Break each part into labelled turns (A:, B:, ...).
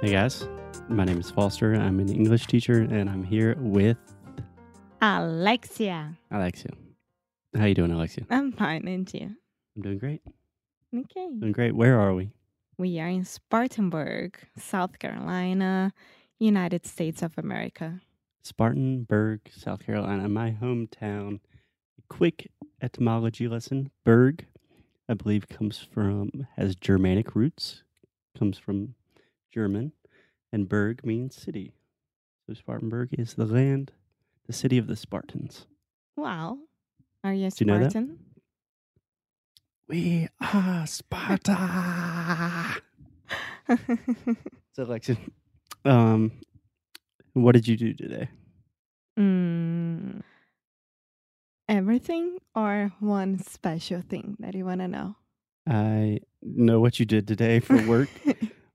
A: Hey guys, my name is Foster. I'm an English teacher, and I'm here with
B: Alexia.
A: Alexia. How you doing, Alexia?
B: I'm fine, and you?
A: I'm doing great.
B: Okay.
A: Doing great. Where are we?
B: We are in Spartanburg, South Carolina, United States of America.
A: Spartanburg, South Carolina, my hometown. Quick etymology lesson. Berg, I believe, comes from, has Germanic roots, comes from German, and Berg means city. So Spartanburg is the land, the city of the Spartans.
B: Wow. Are you a
A: Do you know that?
B: Spartan?
A: We are Sparta! so, Alexia, um, what did you do today?
B: mm, everything or one special thing that you want to know?
A: I know what you did today for work.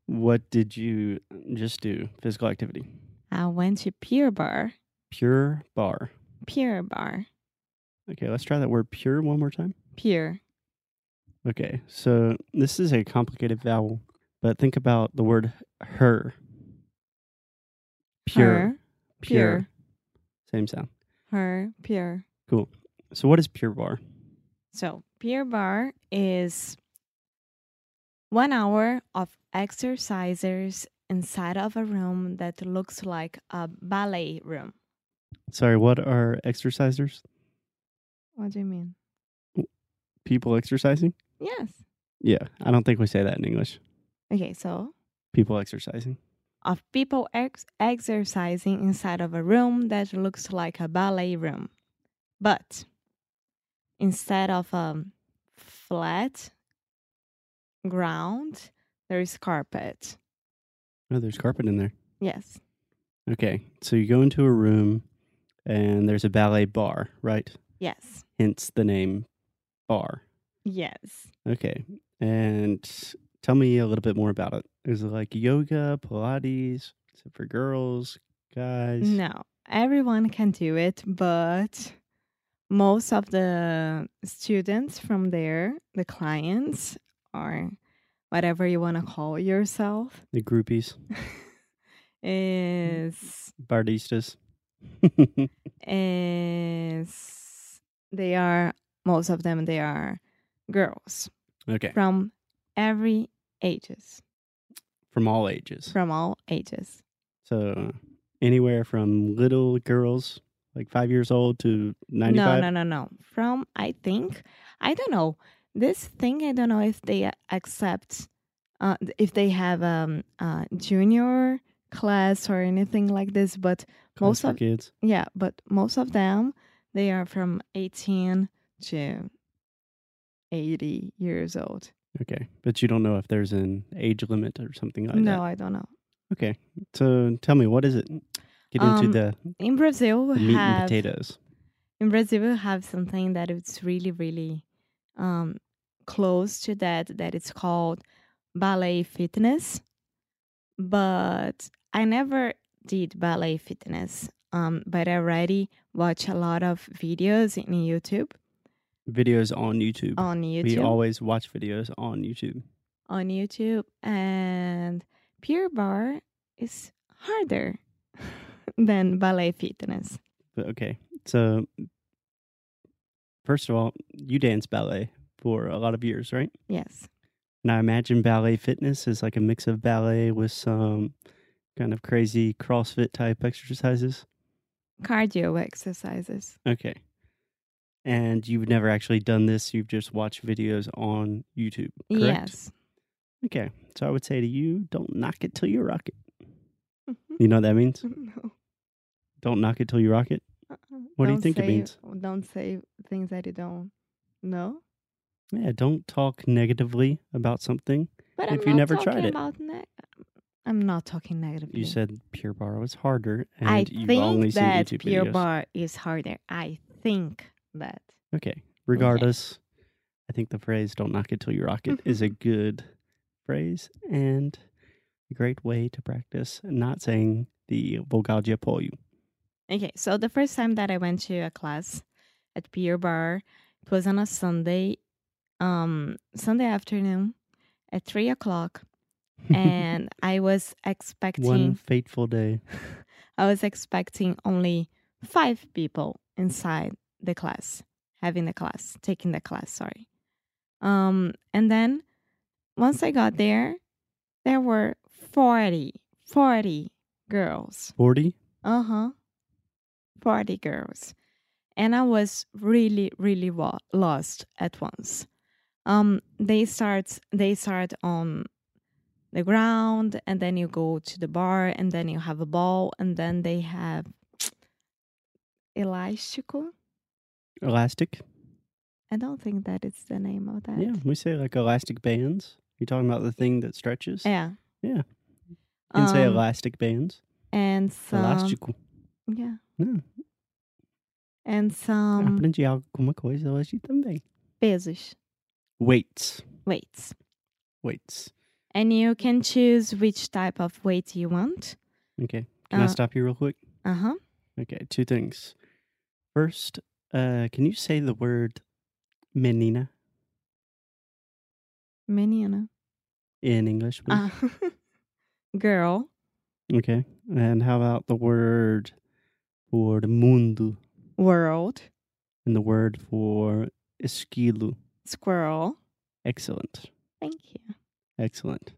A: What did you just do? Physical activity.
B: I went to Pure Bar.
A: Pure bar.
B: Pure Bar.
A: Okay, let's try that word pure one more time.
B: Pure.
A: Okay, so this is a complicated vowel, but think about the word her. Pure.
B: Her. Pure.
A: Same sound.
B: Her. Pure.
A: Cool. So what is pure bar?
B: So, Pure Bar is one hour of exercises inside of a room that looks like a ballet room.
A: Sorry, what are exercisers?
B: What do you mean?
A: People exercising?
B: Yes.
A: Yeah, I don't think we say that in English.
B: Okay, so
A: People exercising.
B: of people ex- exercising inside of a room that looks like a ballet room. But instead of a flat ground, there is carpet.
A: Oh, there's carpet in there.
B: Yes.
A: Okay, so you go into a room and there's a ballet bar, right?
B: Yes.
A: Hence the name bar.
B: Yes.
A: Okay, and tell me a little bit more about it. Is it like yoga, Pilates? Is it for girls, guys?
B: No, everyone can do it, but most of the students from there, the clients, or whatever you want to call yourself,
A: The groupies,
B: is
A: bardistas.
B: is they are most of them they are girls
A: okay,
B: from every ages,
A: from all ages.
B: from all ages.
A: So anywhere from little girls, like five years old, to ninety-five.
B: No, no, no, no. From I think I don't know this thing. I don't know if they a- accept uh, th- if they have um uh, junior class or anything like this. But
A: Class
B: most
A: for
B: of-
A: kids.
B: yeah, but most of them they are from eighteen to eighty years old.
A: Okay, but you don't know if there's an age limit or something like that.
B: no, I don't know.
A: Okay. So tell me, what is it? Get into
B: Um,
A: the
B: In Brazil, we
A: meat and
B: have
A: potatoes.
B: in Brazil we have something that it's really really um, close to that that it's called ballet fitness but I never did ballet fitness um, but I already watch a lot of videos in YouTube
A: Videos on YouTube.
B: on YouTube
A: We always watch videos on YouTube.
B: on YouTube and pure bar is harder than ballet fitness
A: But okay. So first of all, you danced ballet for a lot of years, right?
B: yes
A: And I imagine ballet fitness is like a mix of ballet with some kind of crazy CrossFit type exercises.
B: cardio exercises
A: Okay. And you've never actually done this, you've just watched videos on YouTube. Correct?
B: yes
A: Okay. So I would say to you, don't knock it till you rock it. You know what that means?
B: no.
A: Don't knock it till you rock it.
B: Uh-uh.
A: What do you
B: Don't
A: think it
B: say-
A: means?
B: Don't say things that you don't know.
A: Yeah, don't talk negatively about something
B: But
A: If
B: I'm
A: you
B: not
A: never
B: talking
A: tried it.
B: about ne- I'm not talking negatively.
A: You said Pure Bar was harder, and
B: I
A: you've
B: think
A: only seen
B: that
A: YouTube
B: pure
A: videos.
B: bar is harder. I think that.
A: Okay. Regardless, I think the phrase "Don't knock it till you rock it" is a good phrase and a great way to practice not saying the Volgagia Polju.
B: Okay, so the first time that I went to a class at Pier Bar, it was on a Sunday, um, Sunday afternoon at three o'clock, and I was expecting
A: One fateful day.
B: I was expecting only five people inside the class, having the class, taking the class, sorry. Um, and then once I got there, there were 40, 40 girls.
A: 40?
B: Uh huh. 40 girls. And I was really, really wa- lost at once. Um, they start they start on the ground and then you go to the bar and then you have a ball and then they have elástico.
A: Elastic?
B: I don't think that is the name of that.
A: Yeah, we say like elastic bands. You're talking about the thing that stretches? You
B: Yeah.
A: Yeah. can say
B: Um,
A: elastic bands.
B: and some
A: Elástico.
B: yeah.
A: Não,
B: And some
A: aprendi alguma coisa hoje também.
B: pesos,
A: Weights.
B: weights.
A: Weights.
B: And you can choose which type of weight you want.
A: Okay. Can I
B: Uh,
A: stop you real quick?
B: Uh huh.
A: Okay, two things. First, uh, can you say the word menina
B: Menina.
A: in English? please?
B: Ah. Girl.
A: Okay. And how about the word for the mundo
B: World.
A: and the word for esquilo?
B: Squirrel.
A: Excellent.
B: Thank you.
A: Excellent.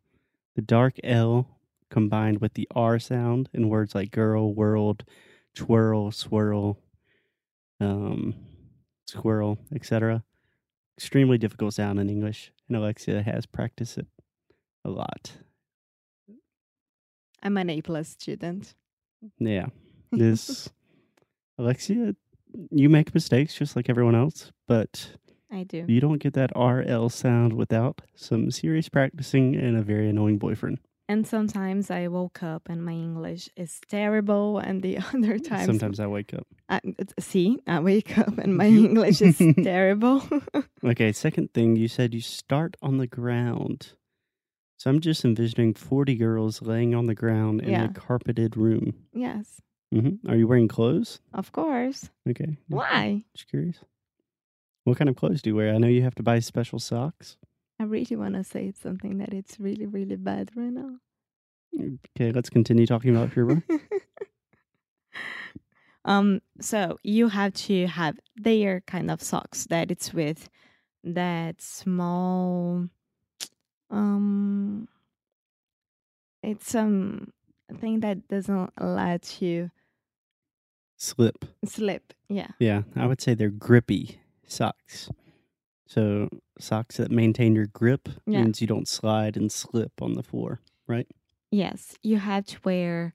A: The dark L combined with the R sound in words like girl, world, twirl, swirl, um, squirrel, etc. Extremely difficult sound in English, and Alexia has practiced it a lot.
B: I'm an A plus student.
A: Yeah. This Alexia, you make mistakes just like everyone else, but
B: I do.
A: you don't get that RL sound without some serious practicing and a very annoying boyfriend.
B: And sometimes I woke up and my English is terrible, and the other times,
A: Sometimes I wake up.
B: I, see, I wake up and my
A: You-
B: English is terrible.
A: Okay, second thing, you said you start on the ground. So I'm just envisioning 40 girls laying on the ground in
B: Yeah.
A: a carpeted room.
B: yes,
A: hmm Are you wearing clothes?
B: of course.
A: Okay.
B: Why?
A: Just curious. What kind of clothes do you wear? I know you have to buy special socks.
B: I really want to say something that it's really, really bad right now.
A: Okay, let's continue talking about pure bar.
B: um so you have to have their kind of socks that it's with that small um it's um thing that doesn't let you
A: Slip.
B: slip yeah
A: Yeah, I would say they're grippy socks. So socks that maintain your grip
B: Yeah.
A: means you don't slide and slip on the floor.
B: yes you have to wear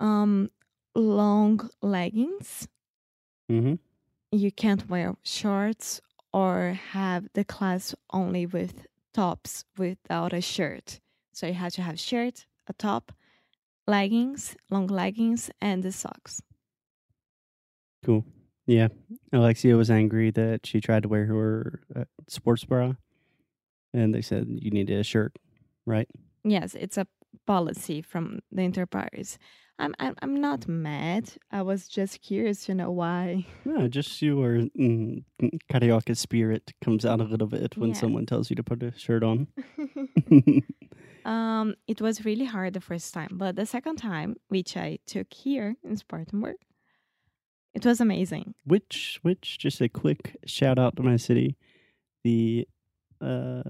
B: um long leggings
A: Mm-hmm.
B: you can't wear shorts or have the class only with tops without a shirt. So you have to have shirt, a top, leggings, long leggings, and the socks.
A: Cool. Yeah. Alexia was angry that she tried to wear her uh, sports bra, and they said you need a shirt, right?
B: Yes, it's a policy from the enterprise. I'm I'm, I'm not mad. I was just curious to know why.
A: No, just your mm, karaoke spirit comes out a little bit when
B: Yeah.
A: someone tells you to put a shirt on.
B: um, it was really hard the first time, but the second time, which I took here in Spartanburg, it was amazing.
A: which, which, just a quick shout out to my city. The, uh,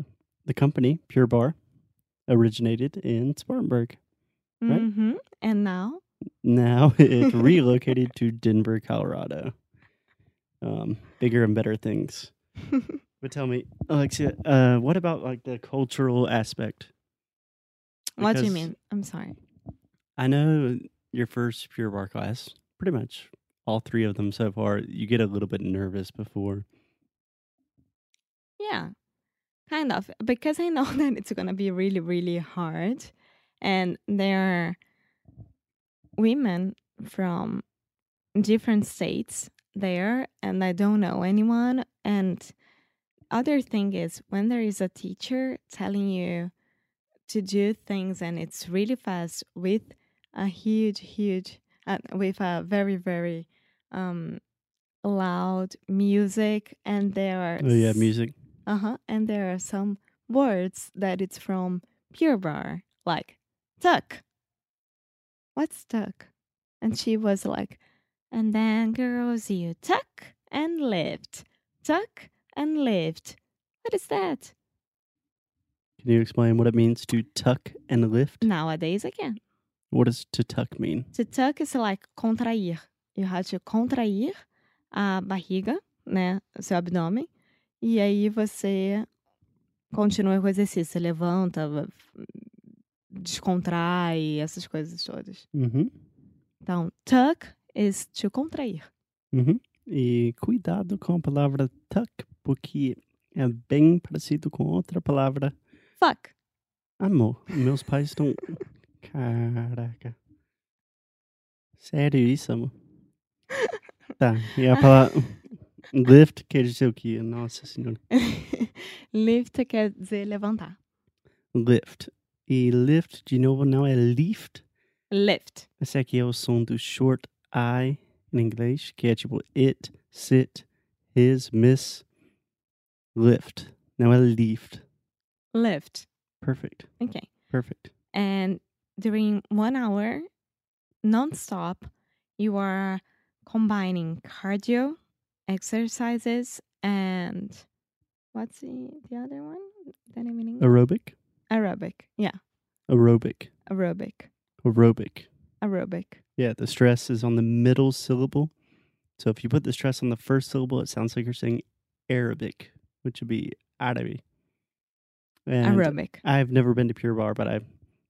A: the company Pure Bar originated in Spartanburg. right?
B: Mm-hmm. And now,
A: Now it relocated to Denver, Colorado. Um, bigger and better things. But tell me, Alexia, uh, what about like the cultural aspect?
B: what do you
A: Because
B: mean? I'm sorry.
A: I know your first pure bar class, pretty much all three of them so far. You get a little bit nervous before.
B: Yeah. Kind of, because I know that it's going to be really, really hard. And there are women from different states there, and I don't know anyone. And other thing is, when there is a teacher telling you to do things and it's really fast with a huge, huge, uh, with a very, very um, loud music, and there are
A: Oh yeah, music.
B: uh huh. And there are some words that it's from Pure Bar, like tuck. What's tuck? And she was like, and then girls, you tuck and lift, tuck and lift. What is that?
A: Can you explain what it means to tuck and lift?
B: Nowadays again,
A: What does to tuck mean?
B: to tuck is like contrair. You have to contrair a barriga, né, seu abdômen. E aí você continua com o exercício, você levanta, va- descontrai, essas coisas todas.
A: Uhum.
B: Então, tuck is to contrair.
A: Uhum. E cuidado com a palavra tuck, porque é bem parecido com outra palavra
B: Fuck.
A: amor. Meus pais estão. Caraca. Sério isso, amor? Tá, e a palavra. Lift quer dizer o quê? Nossa senhora.
B: Lift quer dizer levantar.
A: Lift. E lift, de novo, não é lift.
B: Lift.
A: Esse aqui é o som do short I em inglês, que é tipo it, sit, his, miss, lift. Não é lift.
B: Lift.
A: Perfect.
B: Okay.
A: Perfect.
B: and during one hour non-stop you are combining cardio exercises and what's the, the other one that i'm meaning
A: Aerobic.
B: aerobic yeah
A: Aerobic.
B: aerobic
A: Aerobic.
B: aerobic
A: Yeah, the stress is on the middle syllable. So if you put the stress on the first syllable, it sounds like you're saying Arabic, which would be Arabi. And
B: aerobic
A: I've never been to Pure Bar, but I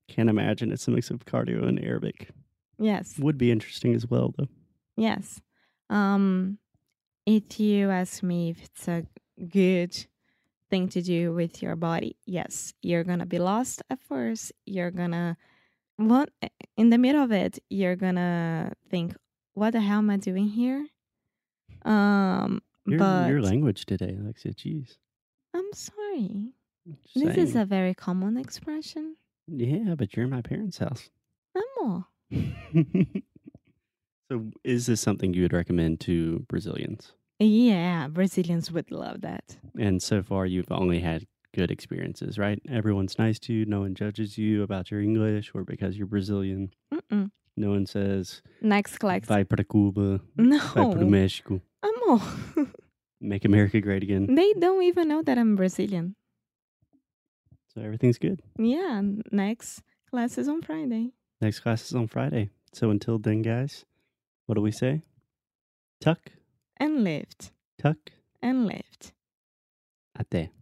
A: can't imagine it's a mix of cardio and Arabic.
B: yes
A: Would be interesting as well, though.
B: yes um if you ask me if it's a good thing to do with your body yes you're gonna be lost at first you're gonna what in the middle of it you're gonna think what the hell am i doing here um
A: Your,
B: but
A: your language today, Alexia. Jeez.
B: i'm sorry
A: Just
B: this is
A: saying.
B: a very common expression
A: yeah, but you're in my parents' house.
B: amor
A: so, is this something you would recommend to Brazilians?
B: yeah brazilians would love that
A: And so far, you've only had good experiences, right? Everyone's nice to you. No one judges you about your English or because you're Brazilian.
B: Mm-mm.
A: No one says
B: next class
A: "Vai para Cuba," "Vai para o
B: no
A: México,"
B: amor
A: "Make America Great Again."
B: They don't even know that I'm Brazilian.
A: So everything's good.
B: Yeah, n- next class is on Friday.
A: Next class is on Friday. So until then, guys, what do we say? Tuck,
B: And lift.
A: tuck,
B: And lift.
A: até.